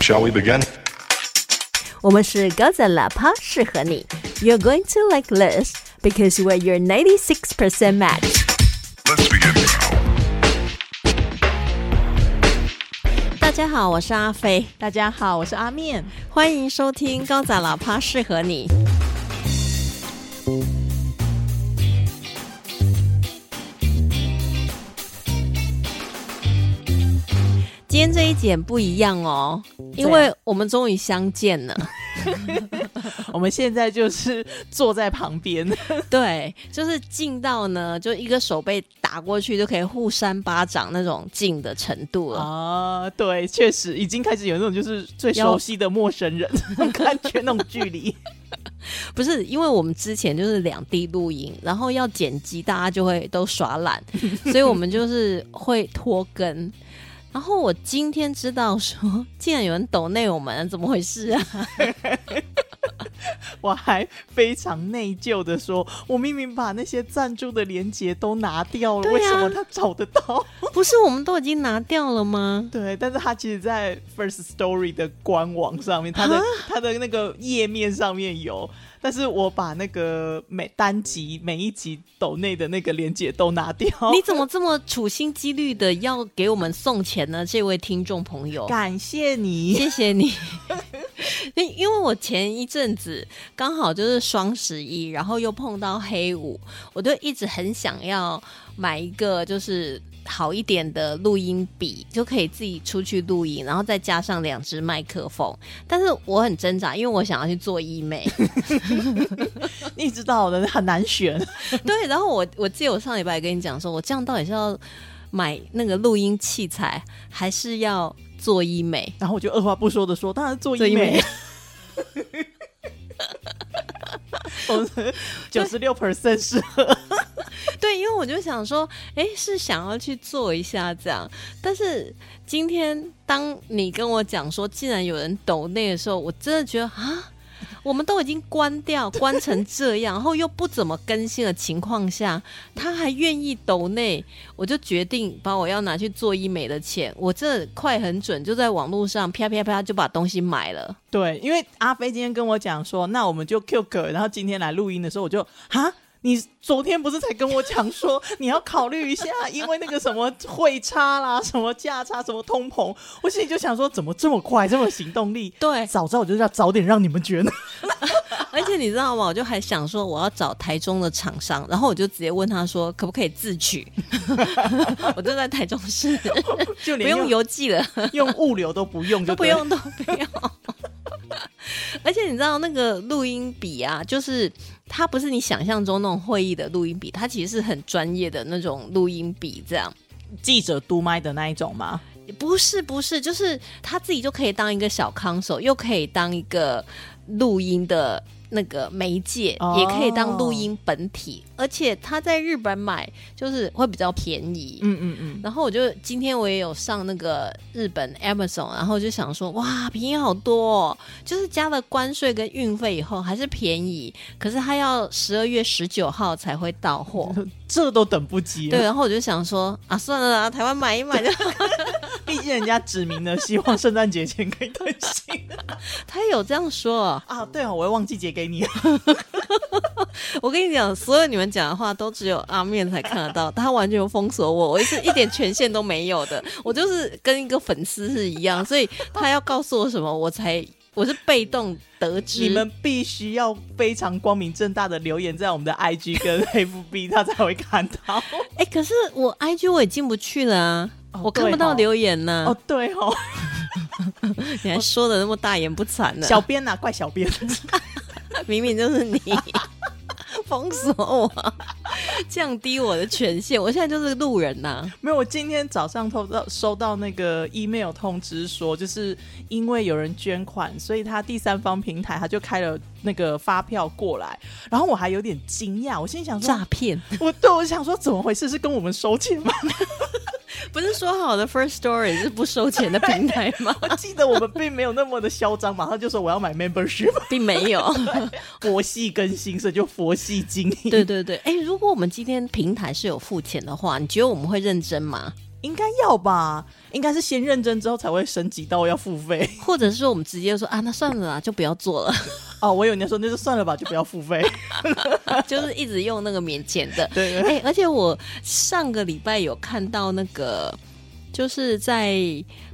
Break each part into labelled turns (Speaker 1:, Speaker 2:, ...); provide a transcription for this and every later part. Speaker 1: Shall we begin?
Speaker 2: 我们是高赞喇叭，适合你。You're going to like this because we're your 96% match。
Speaker 1: Let's begin.
Speaker 2: 大家好，我是阿飞，
Speaker 3: 大家好，我是阿面。
Speaker 2: 欢迎收听高赞喇叭，适合你。今天这一集很不一样哦，因为我们终于相见了。
Speaker 3: 我们现在就是坐在旁边，
Speaker 2: 对，就是近到呢，就一个手背打过去就可以互扇巴掌那种近的程度了。
Speaker 3: 啊，对，确实已经开始有那种就是最熟悉的陌生人那种感觉，那种距离。
Speaker 2: 不是因为我们之前就是两地录音，然后要剪辑，大家就会都耍懒，所以我们就是会拖更。然后我今天知道说，竟然有人抖内我们，怎么回事啊？
Speaker 3: 我还非常内疚的说，我明明把那些赞助的链接都拿掉了，
Speaker 2: 对啊
Speaker 3: 为什么他找得到？
Speaker 2: 不是我们都已经拿掉了吗？
Speaker 3: 对，但是他其实，在 First Story 的官网上面，他的他的那个页面上面有，但是我把那个每单集每一集抖内的那个链接都拿掉。
Speaker 2: 你怎么这么处心积虑的要给我们送钱呢？这位听众朋友，
Speaker 3: 感谢你，
Speaker 2: 谢谢你。 因因为我前一阵子刚好就是双十一，然后又碰到黑五，我就一直很想要买一个就是好一点的录音笔，就可以自己出去录音，然后再加上两只麦克风。但是我很挣扎，因为我想要去做医美。
Speaker 3: 你知道的，很难选。
Speaker 2: 对，然后我我记得我上礼拜也跟你讲说，我这样到底是要买那个录音器材，还是要做医美？
Speaker 3: 然后我就二话不说的说，当然做
Speaker 2: 做医
Speaker 3: 医
Speaker 2: 美
Speaker 3: 美。我九十六 percent 是
Speaker 2: 对，因为我就想说，哎，是想要去做一下这样，但是今天当你跟我讲说，竟然有人抖内的时候，我真的觉得啊，我们都已经关掉，关成这样，然后又不怎么更新的情况下，他还愿意抖内，我就决定把我要拿去做医美的钱，我这快很准，就在网络上啪啪啪就把东西买了。
Speaker 3: 对，因为阿飞今天跟我讲说，那我们就 Q 哥，然后今天来录音的时候，我就哈，你昨天不是才跟我讲说 你要考虑一下，因为那个什么汇差啦，什么价差，什么通膨，我心里就想说，怎么这么快，这么有行动力？
Speaker 2: 对
Speaker 3: 早知道我就是要早点让你们觉得。
Speaker 2: 而且你知道吗？我就还想说我要找台中的厂商，然后我就直接问他说可不可以自 取，我就在台中 市，
Speaker 3: 就
Speaker 2: 不
Speaker 3: 连
Speaker 2: 用邮寄了，
Speaker 3: 用物流都 不用
Speaker 2: 都
Speaker 3: 就
Speaker 2: 不
Speaker 3: 对了
Speaker 2: 用都不用。 而且你知道那个录音笔啊，就是它不是你想象中那种会议的录音笔，它其实是很专业的那种录音笔，这样。
Speaker 3: 记者督麦的那一种吗？
Speaker 2: 不是不是，就是他自己就可以当一个小康手，又可以当一个录音的那个媒介，
Speaker 3: 哦
Speaker 2: 也可以当录音本体，而且他在日本买就是会比较便宜。
Speaker 3: 嗯嗯嗯，
Speaker 2: 然后我就今天我也有上那个日本 Amazon，然后就想说哇便宜好多、哦，就是加了关税跟运费以后还是便宜，可是他要十二月十九号才会到货。
Speaker 3: 这都等不及
Speaker 2: 对，
Speaker 3: 了，
Speaker 2: 然后我就想说啊算了啦，台湾买一买就
Speaker 3: 毕竟人家指明了，希望圣诞节前可以更新
Speaker 2: 他有这样说哦、
Speaker 3: 啊。对哦，我会忘记截给你。
Speaker 2: 我跟你讲，所有你们讲的话都只有阿面才看得到，他完全封锁我，我是一点权限都没有的，我就是跟一个粉丝是一样，所以他要告诉我什么，我才我是被动得知。
Speaker 3: 你们必须要非常光明正大的留言在我们的 IG 跟 FB，他才会看到。
Speaker 2: 哎、可是我 IG 我也进不去了啊，
Speaker 3: 哦
Speaker 2: 我看不到
Speaker 3: 对哦
Speaker 2: 留言呢、
Speaker 3: 哦，对哦，
Speaker 2: 你还说的那么大言不惭呢，
Speaker 3: 小编呐、怪小编。
Speaker 2: 明明就是你 封锁我，降低我的权限，我现在就是路人呐、
Speaker 3: 没有，我今天早上收到收到那个 email 通知说，就是因为有人捐款，所以他第三方平台他就开了那个发票过来，然后我还有点惊讶，我心里想说
Speaker 2: 诈，骗。
Speaker 3: 我对我想说怎么回事？是跟我们收钱吗？
Speaker 2: 不是说好的 First Story 是不收钱的平台吗？
Speaker 3: 我记得我们并没有那么的嚣张，马上就说我要买 membership，
Speaker 2: 并没 有。
Speaker 3: 佛系更新，所以就佛系经营。
Speaker 2: 对对对，哎、如果我们今天平台是有付钱的话，你觉得我们会认真吗？
Speaker 3: 应该要吧？应该是先认真之后才会升级到要付费。
Speaker 2: 或者是说我们直接说啊，那算了啦，就不要做了，
Speaker 3: 哦，我有人说那就算了吧，就不要付费。
Speaker 2: 就是一直用那个免钱的。
Speaker 3: 对
Speaker 2: 哎、而且我上个礼拜有看到那个，就是在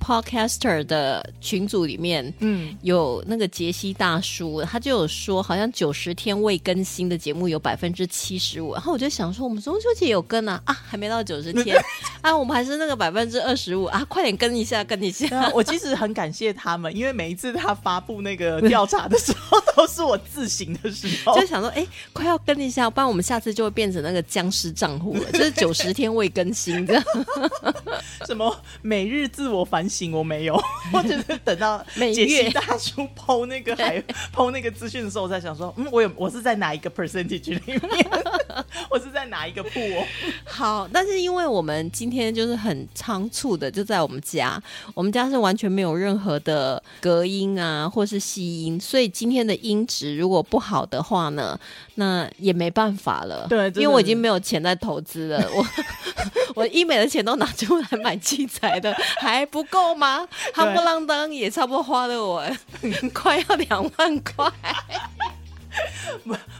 Speaker 2: Podcaster 的群组里面。
Speaker 3: 嗯，
Speaker 2: 有那个杰西大叔，他就有说，好像九十天未更新的节目有百分之七十五，然后我就想说，我们中秋节有更啊啊，还没到九十天啊，我们还是那个百分之二十五啊，快点更一下，更一下。
Speaker 3: 对啊，我其实很感谢他们，因为每一次他发布那个调查的时候， 都是我自省的时候
Speaker 2: 就。想说，哎、快要更一下，不然我们下次就会变成那个僵尸账户了，就是九十天未更新这样。
Speaker 3: 什么每日自我反省，我没有， 我只是等到
Speaker 2: 每
Speaker 3: 解析
Speaker 2: 月
Speaker 3: 大叔剖那 个还剖那个资讯的时候，我在想说，嗯，我有我是在哪一个 percentage 里面， 我是在哪一个铺哦？
Speaker 2: 好，但是因为我们今天就是很仓促的，就在我们家，我们家是完全没有任何的隔音啊，或是吸音，所以今天的音质如果不好的话呢，那也没办法了。
Speaker 3: 对真的
Speaker 2: 因为我已经没有钱在投资了， 我我医美的钱都拿出来买器材的，还不够吗？夯不啷当也差不多花了我 快要两万块。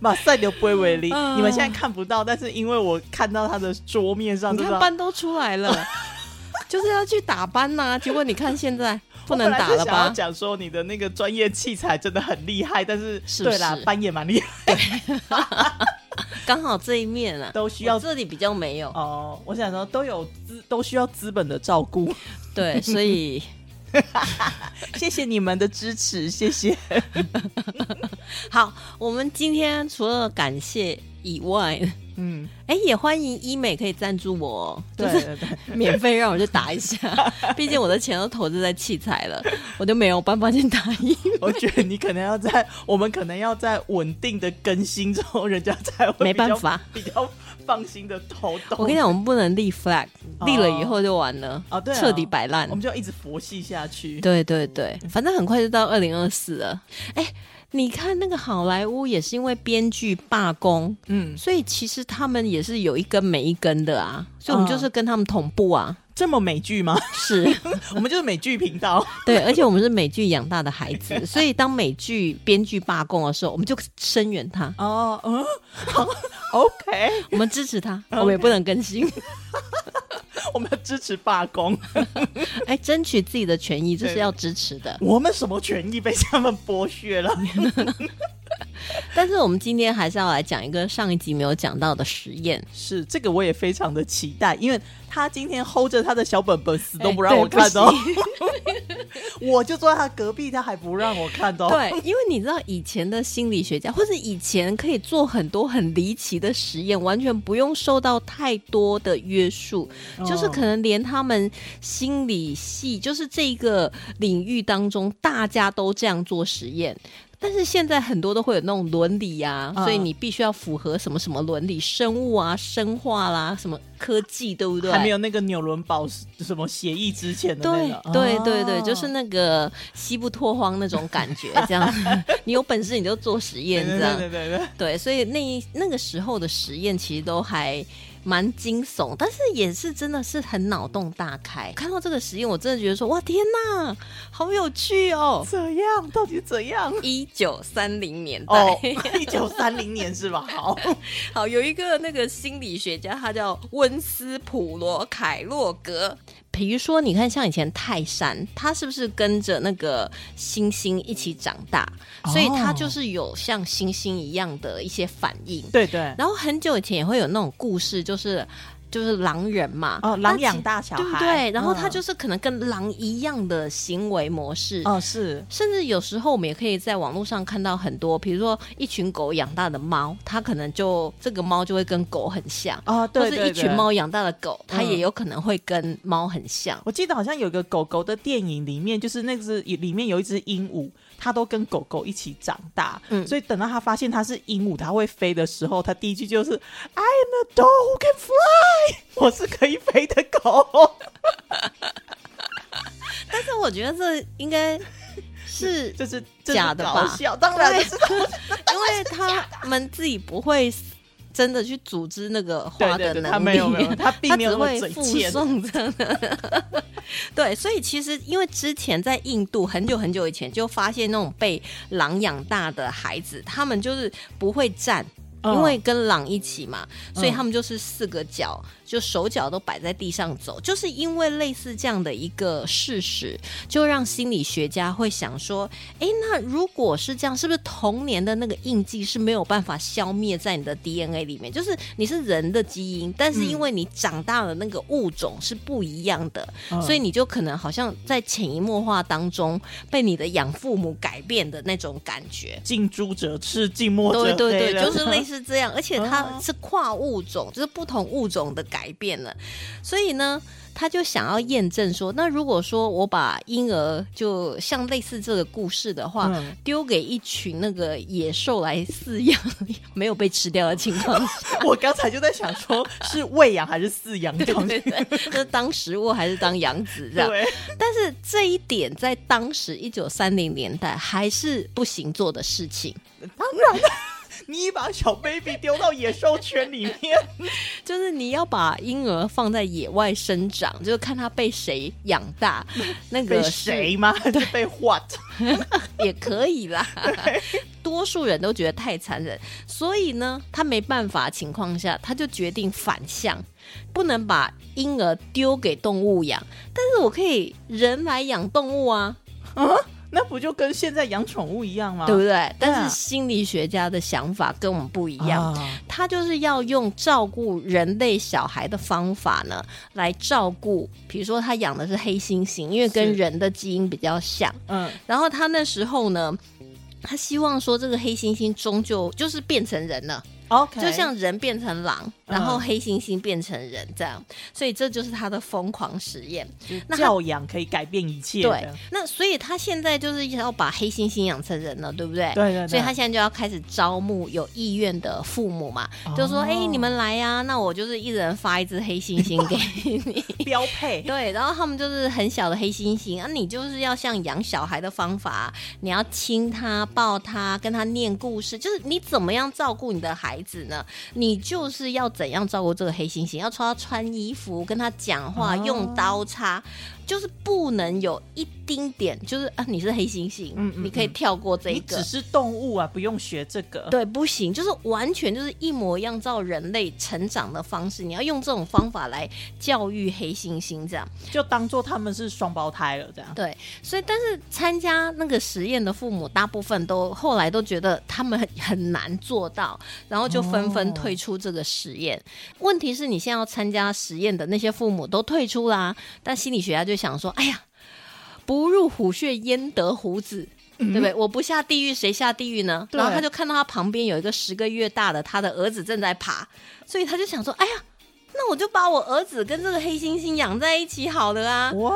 Speaker 3: 马赛刘不会为例，
Speaker 2: 嗯
Speaker 3: 你们现在看不到，但是因为我看到他的桌面上，
Speaker 2: 你
Speaker 3: 知
Speaker 2: 看
Speaker 3: 道
Speaker 2: 班都出来 了，就是要去打班呐、结果你看现 在不
Speaker 3: 我本
Speaker 2: 能
Speaker 3: 来
Speaker 2: 打
Speaker 3: 是
Speaker 2: 了
Speaker 3: 想要
Speaker 2: 吧？
Speaker 3: 讲说你的那个专业器材真的很厉害，但是
Speaker 2: 是不
Speaker 3: 对啦
Speaker 2: 是，
Speaker 3: 班也蛮厉害。
Speaker 2: 刚好这一面啊，
Speaker 3: 都需要
Speaker 2: 我这里比较没有，
Speaker 3: 哦，我想说都有资都需要资本的 照顾，
Speaker 2: 对，所以
Speaker 3: 谢谢你们的支持，谢谢。
Speaker 2: 好，我们今天除了感谢以外，
Speaker 3: 嗯，
Speaker 2: 哎，也欢迎医美可以赞助我、哦，就
Speaker 3: 对
Speaker 2: 是
Speaker 3: 对对。
Speaker 2: 免费让我去打一下，毕竟我的钱都投资在器材了，我就没有办法去打医美。
Speaker 3: 我觉得你可能要在，我们可能要在稳定的更新之后，人家才 会
Speaker 2: 没
Speaker 3: 比较
Speaker 2: 办法，
Speaker 3: 比较放心的投动。
Speaker 2: 我跟你
Speaker 3: 讲，
Speaker 2: 讲，我们不能立 flag，立了以后就完了，
Speaker 3: 哦对啊
Speaker 2: 彻底摆烂
Speaker 3: 我。们就一直佛系下去。
Speaker 2: 对对对，反正很快就到二零二四了。嗯哎、你看那个好莱坞也是因为编剧罢工，
Speaker 3: 嗯，
Speaker 2: 所以其实他们也是有一根没一根的啊，所以我们
Speaker 3: 嗯
Speaker 2: 就是跟他们同步啊。
Speaker 3: 这么美剧吗？
Speaker 2: 嗯是
Speaker 3: 我们就是美剧频道，
Speaker 2: 对，而且我们是美剧养大的孩 子，所以当美剧编剧罢工的时候，我们就声援他，
Speaker 3: 哦，嗯，好，OK，
Speaker 2: 我们支持 他，我们也不能更新，
Speaker 3: 我们支持罢工，
Speaker 2: 哎，争取自己的权益，这是
Speaker 3: 对
Speaker 2: 要支持的。
Speaker 3: 我们什么权益被他们剥 削了？
Speaker 2: 但是我们今天还是要来讲一个上一集没有讲到的实验，
Speaker 3: 是这个，我也非常的期待，因为他今天 hold 着他的小本本，死都
Speaker 2: 哎
Speaker 3: 不让
Speaker 2: 对
Speaker 3: 我看
Speaker 2: 不
Speaker 3: 哦
Speaker 2: 行。
Speaker 3: 我就坐在他隔壁，他还不让我看哦。
Speaker 2: 对， 因为你知道以前的心理学家，或是以前可以做很多很离奇的实验，完全不用受到太多的约束，就是
Speaker 3: 哦
Speaker 2: 可能连他们心理系，就是这一个领域当中，大家都这样做实验。但是现在很多都会有那种伦理呀、
Speaker 3: 嗯
Speaker 2: 所以你必须要符合什么什么伦理、生物啊、生化啦、什么科技，对不对？
Speaker 3: 还没有那个纽伦堡什么协议之前的那
Speaker 2: 对
Speaker 3: 个，
Speaker 2: 对
Speaker 3: 哦
Speaker 2: 对对，就是那个西部拓荒那种感觉，这 样你有本事你就做实验
Speaker 3: 对
Speaker 2: 这样。啊
Speaker 3: 对对对对，
Speaker 2: 对，所以那一那个时候的实验其实都还蛮惊悚，但是也是真的是很脑洞大开。看到这个实验，我真的觉得说哇天哪，好有趣哦！
Speaker 3: 怎样？到底怎样？
Speaker 2: 一九三零年代，
Speaker 3: 哦，一九三零年是吧？好，
Speaker 2: 好，有一个那个心理学家，他叫温斯普罗凯洛格。比如说，你看像以前泰山，他是不是跟着那个猩猩一起长大，所以他
Speaker 3: 哦
Speaker 2: 就是有像猩猩一样的一些反应。
Speaker 3: 对对，
Speaker 2: 然后很久以前也会有那种故事，就是就是狼人嘛，他
Speaker 3: 哦，狼
Speaker 2: 其
Speaker 3: 养大小孩，
Speaker 2: 对不对？然后他
Speaker 3: 嗯
Speaker 2: 就是可能跟狼一样的行为模式。
Speaker 3: 哦是
Speaker 2: 甚至有时候我们也可以在网络上看到很多，比如说一群狗养大的猫，它可能就这个猫就会跟狗很像，
Speaker 3: 哦，对
Speaker 2: 或
Speaker 3: 对
Speaker 2: 是一群。
Speaker 3: 对
Speaker 2: 猫养大的狗，它
Speaker 3: 嗯
Speaker 2: 也有可能会跟猫很像。
Speaker 3: 我记得好像有个狗狗的电影，里面就是那只里面有一只鹦鹉，它都跟狗狗一起长大，
Speaker 2: 嗯
Speaker 3: 所以等到它发现它是鹦鹉，它会飞的时候，它第一句就是 "I am a dog who can fly"，我是可以飞的狗。
Speaker 2: 但是我觉得这应该 是
Speaker 3: 这是这是
Speaker 2: 假的吧
Speaker 3: 搞笑，当然这是
Speaker 2: 因为他们自己不会真的去组织那个花
Speaker 3: 对
Speaker 2: 的
Speaker 3: 对
Speaker 2: 能力，
Speaker 3: 对，他没 有没有，他并
Speaker 2: 他
Speaker 3: 没
Speaker 2: 只
Speaker 3: 有那么
Speaker 2: 会
Speaker 3: 嘴
Speaker 2: 附
Speaker 3: 欠。
Speaker 2: 送的。 对，所以其实因为之前在印度很久很久以前就发现那种被狼养大的孩子，他们就是不会站。
Speaker 3: 嗯
Speaker 2: 因为跟狼一起嘛，所以
Speaker 3: 嗯
Speaker 2: 他们就是四个脚，就手脚都摆在地上走。就是因为类似这样的一个事实，就让心理学家会想说：诶，那如果是这样，是不是童年的那个印记是没有办法消灭在你的 DNA 里面？就是你是人的基因，但是因为你长大了，那个物种是不一样的，
Speaker 3: 嗯
Speaker 2: 所以你就可能好像在潜移默化当中被你的养父母改变的那种感觉。
Speaker 3: 近朱者赤，近墨者
Speaker 2: 对
Speaker 3: 黑
Speaker 2: 对对，
Speaker 3: 了
Speaker 2: 就是类似这样，而且它
Speaker 3: 啊
Speaker 2: 是跨物种，就是不同物种的改变了。所以呢，他就想要验证说，那如果说我把婴儿就像类似这个故事的话，
Speaker 3: 嗯
Speaker 2: 丢给一群那个野兽来饲养， 没有被吃掉的情况下，
Speaker 3: 我刚才就在想说，是喂养还是饲养？对
Speaker 2: 对 对，就是当食物还是当养子这样？
Speaker 3: 对，
Speaker 2: 但是这一点在当时一九三零年代还是不行做的事情。
Speaker 3: 你把小 baby 丢到野兽圈里面，
Speaker 2: 就是你要把婴儿放在野外生长，就是看他被谁养 大，那
Speaker 3: 被
Speaker 2: 个是
Speaker 3: 谁吗？ 还是被 what？
Speaker 2: 也可以啦。 多数人都觉得太残忍，所以呢，他没办法情况下，他就决定反向，不能把婴儿丢给动物养，但是我可以人来养动物啊，
Speaker 3: 那不就跟现在养宠物一样吗？
Speaker 2: 对不对？但是心理学家的想法跟我们不一样，
Speaker 3: 啊
Speaker 2: 他就是要用照顾人类小孩的方法呢，来照顾，比如说他养的是黑猩猩，因为跟
Speaker 3: 是
Speaker 2: 人的基因比较像。
Speaker 3: 嗯，
Speaker 2: 然后他那时候呢，他希望说这个黑猩猩终究就是变成人了，
Speaker 3: OK，
Speaker 2: 就像人变成狼，
Speaker 3: 嗯
Speaker 2: 然后黑猩猩变成人这样，所以这就是他的疯狂实验。那他
Speaker 3: 教养可以改变一切
Speaker 2: 对
Speaker 3: 的，，
Speaker 2: 那所以他现在就是要把黑猩猩养成人了，对不对？
Speaker 3: 对对对，
Speaker 2: 所以他现在就要开始招募有意愿的父母嘛，就说：“
Speaker 3: 哦
Speaker 2: 哎、你们来呀、那我就是一人发一只黑猩猩给你。
Speaker 3: 标 配”。
Speaker 2: 对，然后他们就是很小的黑猩猩啊，你就是要像养小孩的方法，你要亲他、抱他、跟他念故事，就是你怎么样照顾你的孩子呢？你就是要怎样照顾这个黑猩猩，要穿他穿衣服、跟他讲话、
Speaker 3: 哦
Speaker 2: 用刀叉，就是不能有一丁点，就是啊，你是黑猩猩，
Speaker 3: 嗯嗯
Speaker 2: 你可以
Speaker 3: 嗯
Speaker 2: 跳过这一
Speaker 3: 你
Speaker 2: 个，
Speaker 3: 只是动物啊，不用学这个。
Speaker 2: 对，不行，就是完全就是一模一样，照人类成长的方式，你要用这种方法来教育黑猩猩这样。
Speaker 3: 就当做他们是双胞胎了，这样。
Speaker 2: 对，所以但是参加那个实验的父母，大部分都后来都觉得他们很很难做到，然后就纷纷
Speaker 3: 哦
Speaker 2: 退出这个实验。问题是你现在要参加实验的那些父母都退出啦，但心理学家就想说，哎呀。不入虎穴，焉得虎子？对不对？我不下地狱，谁下地狱呢？
Speaker 3: 对
Speaker 2: 然后他就看到他旁边有一个十个月大的他的儿子正在爬，所以他就想说：“哎呀，那我就把我儿子跟这个黑猩猩养在一起好了啊。”
Speaker 3: 哇，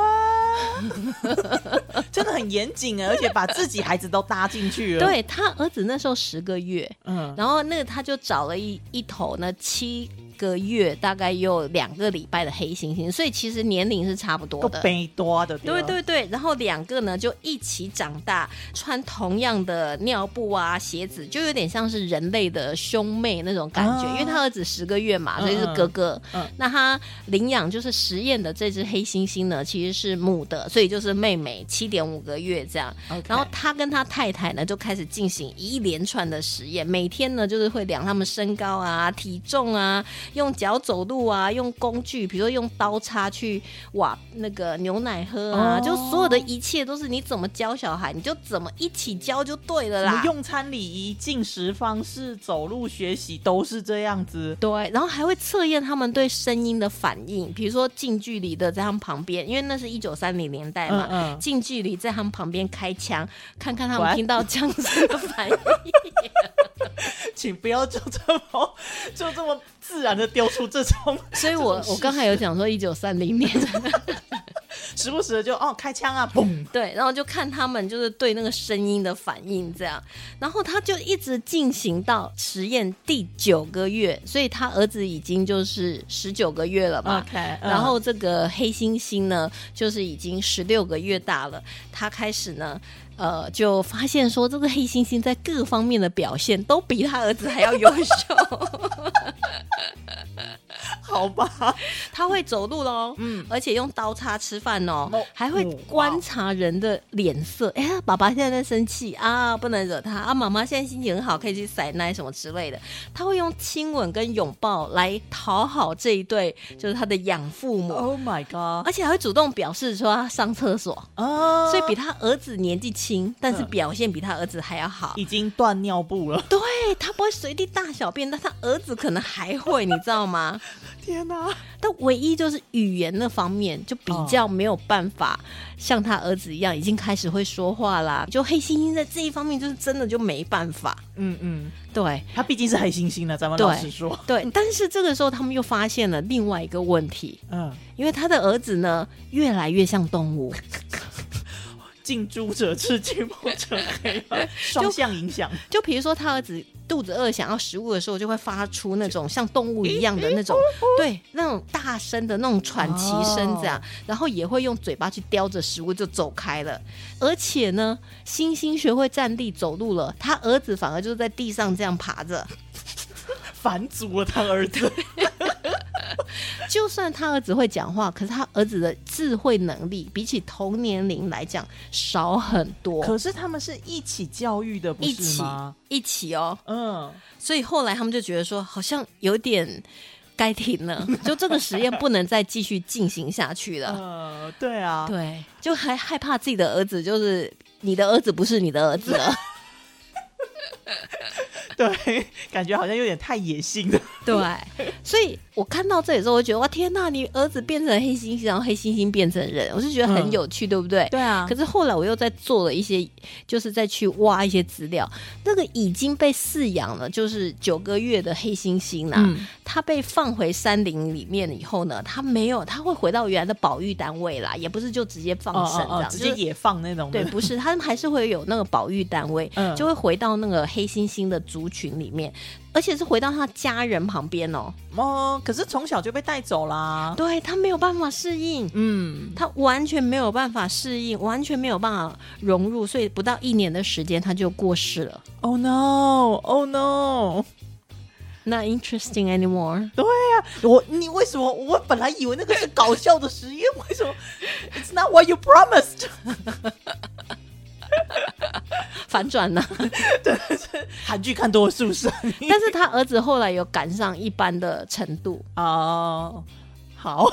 Speaker 3: 真的很严谨啊，而且把自己孩子都搭进去了。，
Speaker 2: 对他儿子那时候十个月，
Speaker 3: 嗯，
Speaker 2: 然后那个他就找了一一头呢七个月，大概有两个礼拜的黑猩猩，所以其实年龄是差不多
Speaker 3: 够
Speaker 2: 的。
Speaker 3: 悲多的，
Speaker 2: 对
Speaker 3: 吧，
Speaker 2: 对对，然后两个呢就一起长大，穿同样的尿布啊、鞋子，就有点像是人类的兄妹那种感觉。
Speaker 3: 啊
Speaker 2: 因为他儿子十个月嘛，
Speaker 3: 嗯
Speaker 2: 所以是哥哥。
Speaker 3: 嗯嗯
Speaker 2: 那他领养就是实验的这只黑猩猩呢，其实是母的，所以就是妹妹七点五个月这样。
Speaker 3: OK
Speaker 2: 然后他跟他太太呢就开始进行一连串的实验，每天呢就是会量他们身高啊、体重啊，用脚走路啊，用工具，比如说用刀叉去挖那个牛奶喝啊，
Speaker 3: 哦
Speaker 2: 就所有的一切都是你怎么教小孩，你就怎么一起教就对了
Speaker 3: 什
Speaker 2: 啦
Speaker 3: 么。用餐礼仪、进食方式、走路学习都是这样子。
Speaker 2: 对，然后还会测验他们对声音的反应，比如说近距离的在他们旁边，因为那是一九三零年代嘛，
Speaker 3: 嗯嗯
Speaker 2: 近距离在他们旁边开枪，看看他们
Speaker 3: What？
Speaker 2: 听到枪声的反应。
Speaker 3: 请不要就这么 就这么自然的丢出这种，
Speaker 2: 所以我
Speaker 3: 这种事
Speaker 2: 我刚才有讲说一九三 零年，
Speaker 3: 时不时的就哦开枪啊，嘣！
Speaker 2: 对，然后就看他们就是对那个声音的反应这样，然后他就一直进行到实验第九个月，所以他儿子已经就是十九个月了嘛。
Speaker 3: OK，嗯
Speaker 2: 然后这个黑猩猩呢，就是已经十六个月大了，他开始呢，呃，就发现 说这个黑猩猩在各方面的表现都比他儿子还要优秀。
Speaker 3: 好吧，
Speaker 2: 他会走路喽，嗯，而且用刀叉吃饭哦
Speaker 3: 哦，
Speaker 2: 还会
Speaker 3: 嗯
Speaker 2: 观察人的脸色。哎呀，爸爸现在在生气啊，不能惹他啊。妈妈现在心情很好，可以去塞奶什么之类的。他会用亲吻跟拥抱来讨好这一对，就是他的养父母，
Speaker 3: Oh my god！
Speaker 2: 而且还会主动表示说他上厕所，
Speaker 3: 啊，
Speaker 2: 所以比他儿子年纪轻，但是
Speaker 3: 嗯
Speaker 2: 表现比他儿子还要好。
Speaker 3: 已经断尿布了。
Speaker 2: 对他不会随地大小便，但他儿子可能还会，你知道吗？
Speaker 3: 天哪、
Speaker 2: 但唯一就是语言那方面就比较没有办法像他儿子一样，已经开始会说话啦。就黑猩猩在这一方面就是真的就没办法。
Speaker 3: 嗯嗯，
Speaker 2: 对
Speaker 3: 他毕竟是黑猩猩了，咱们
Speaker 2: 对
Speaker 3: 老实说，
Speaker 2: 对，但是这个时候他们又发现了另外一个问题，
Speaker 3: 嗯，
Speaker 2: 因为他的儿子呢越来越像动物，
Speaker 3: 近朱者赤，近墨者黑，啊 双向影响。
Speaker 2: 就比如说他儿子肚子饿想要食物的时候，就会发出那种像动物一样的那种，对，那种大声的那种喘气声这样，然后也会用嘴巴去叼着食物就走开了。而且呢，猩猩学会站立走路了，他儿子反而就是在地上这样爬着。
Speaker 3: 反祖了他儿子，
Speaker 2: 就算他儿子会讲话，可是他儿子的智慧能力比起同年龄来讲少很多。
Speaker 3: 可是他们是一起教育的，不
Speaker 2: 一
Speaker 3: 是
Speaker 2: 起
Speaker 3: 吗？
Speaker 2: 一起哦，
Speaker 3: 嗯，
Speaker 2: 所以后来他们就觉得说，好像有点该停了，就这个实验不能再继续进行下去了。
Speaker 3: 呃，对啊，
Speaker 2: 对，就还害怕自己的儿子，就是你的儿子不是你的儿子了。
Speaker 3: 对，感觉好像有点太野性了。
Speaker 2: 对，所以我看到这里之后，我就觉得哇，天呐，你儿子变成黑猩猩，然后黑猩猩变成人，我是觉得很
Speaker 3: 嗯
Speaker 2: 有趣，对不对？
Speaker 3: 对啊
Speaker 2: 可是后来我又在做了一些，就是再去挖一些资料，那个已经被饲养了，就是九个月的黑猩猩啦、
Speaker 3: 嗯
Speaker 2: 它被放回山林里面以后呢，它没有，它会回到原来的保育单位啦，也不是就直接放
Speaker 3: 哦
Speaker 2: 生这
Speaker 3: 哦
Speaker 2: 样，
Speaker 3: 哦，直
Speaker 2: 就
Speaker 3: 接
Speaker 2: 是
Speaker 3: 野放那种的
Speaker 2: 对，不是，他们还是会有那个保育单位，
Speaker 3: 嗯
Speaker 2: 就会回到那个黑猩猩的族群里面，而且是回到他家人旁边哦。
Speaker 3: 哦，可是从小就被带走啦。
Speaker 2: 对他没有办法适应，
Speaker 3: 嗯，
Speaker 2: 他完全没有办法适应，完全没有办法融入，所以不到一年的时间他就过世了。
Speaker 3: Oh no，Oh no！啊
Speaker 2: Not interesting anymore。
Speaker 3: 我你为什么？我本来以为那个是搞笑的实验，为什么？It's not what you promised
Speaker 2: 反转了，
Speaker 3: 韩剧看多了是不是？
Speaker 2: 但是他儿子后来有赶上一般的程度，
Speaker 3: 哦，好，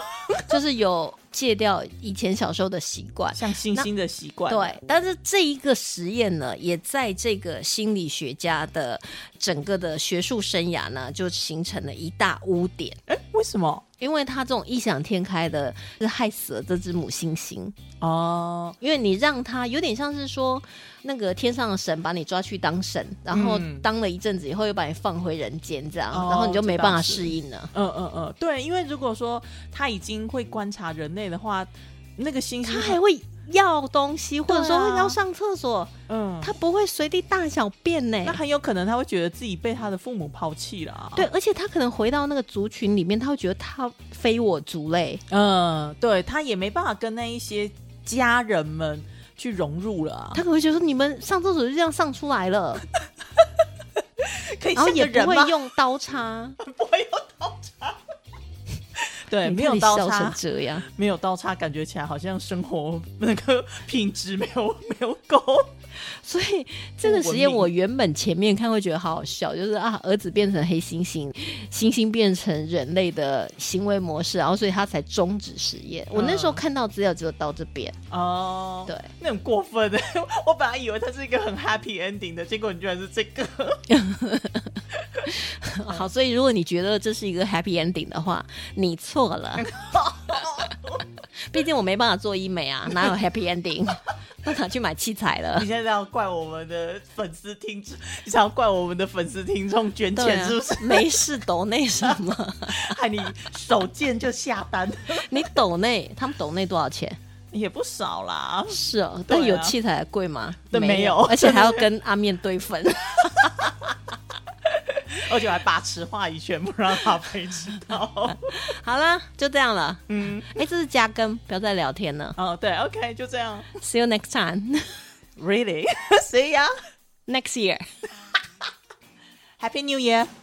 Speaker 2: 就是有戒掉以前小时候的习惯。
Speaker 3: 像星星的习惯，
Speaker 2: 对，但是这一个实验呢，也在这个心理学家的整个的学术生涯呢，就形成了一大污点，
Speaker 3: 哎，为什么？
Speaker 2: 因为他这种异想天开的，是害死了这只母猩猩。
Speaker 3: 哦，
Speaker 2: 因为你让他有点像是说，那个天上的神把你抓去当神，然后
Speaker 3: 嗯
Speaker 2: 当了一阵子以后又把你放回人间，这样，
Speaker 3: 哦
Speaker 2: 然后你就没办法
Speaker 3: 这倒是
Speaker 2: 适应了。
Speaker 3: 嗯嗯嗯，对，因为如果说他已经会观察人类的话，那个星星
Speaker 2: 他还会要东西，或者说
Speaker 3: 对啊
Speaker 2: 会要上厕所，
Speaker 3: 嗯，
Speaker 2: 他不会随地大小便呢、
Speaker 3: 那很有可能他会觉得自己被他的父母抛弃了、啊。
Speaker 2: 对，，而且他可能回到那个族群里面，他会觉得他非我族类。
Speaker 3: 嗯，对他也没办法跟那一些家人们去融入了、啊
Speaker 2: 他。可能会觉得说你们上厕所就这样上出来 了，
Speaker 3: 可以
Speaker 2: 然后
Speaker 3: 像
Speaker 2: 也
Speaker 3: 个人
Speaker 2: 不会
Speaker 3: 吗？
Speaker 2: 用刀叉，
Speaker 3: 不会用刀叉。对，
Speaker 2: 你
Speaker 3: 没
Speaker 2: 看
Speaker 3: 有
Speaker 2: 你
Speaker 3: 刀
Speaker 2: 笑成
Speaker 3: 叉，
Speaker 2: 这样。
Speaker 3: 没有刀叉，感觉起来好像生活那个品质没有没有够。
Speaker 2: 所以这个实验，我原本前面看会觉得好好笑，就是啊，儿子变成黑猩猩，猩猩变成人类的行为模式，然后所以他才终止实验。我那时候看到资料只有到这边，
Speaker 3: 哦，
Speaker 2: 对，
Speaker 3: 那很过分的。 我本来以为它是一个很 happy ending 的，结果你居然是这 个。
Speaker 2: 好，所以如果你觉得这是一个 happy ending 的话，你错了。 毕竟我没办法做医美啊，哪有 happy ending？都拿去买器材了
Speaker 3: 你。现在要怪我们的粉丝听众，你想要怪我们的粉丝听众捐
Speaker 2: 对
Speaker 3: 钱
Speaker 2: 啊
Speaker 3: 是不是？，
Speaker 2: 没事抖内什么？
Speaker 3: 害你手贱就下单，
Speaker 2: 你抖内，他们抖内多少钱？
Speaker 3: 也不少啦。
Speaker 2: 是哦，
Speaker 3: 对
Speaker 2: 但
Speaker 3: 啊
Speaker 2: 有器材贵吗？
Speaker 3: 对没有
Speaker 2: 而且还要跟阿面对 分。
Speaker 3: 而且我还把持话语权，不让阿飞知 道。
Speaker 2: 好啦，就这样了。
Speaker 3: 嗯，
Speaker 2: 哎，这是加更，不要再聊天了。
Speaker 3: 哦，对，OK，就这样。
Speaker 2: See you next time,
Speaker 3: Really? See ya.
Speaker 2: next year.
Speaker 3: Happy New Year.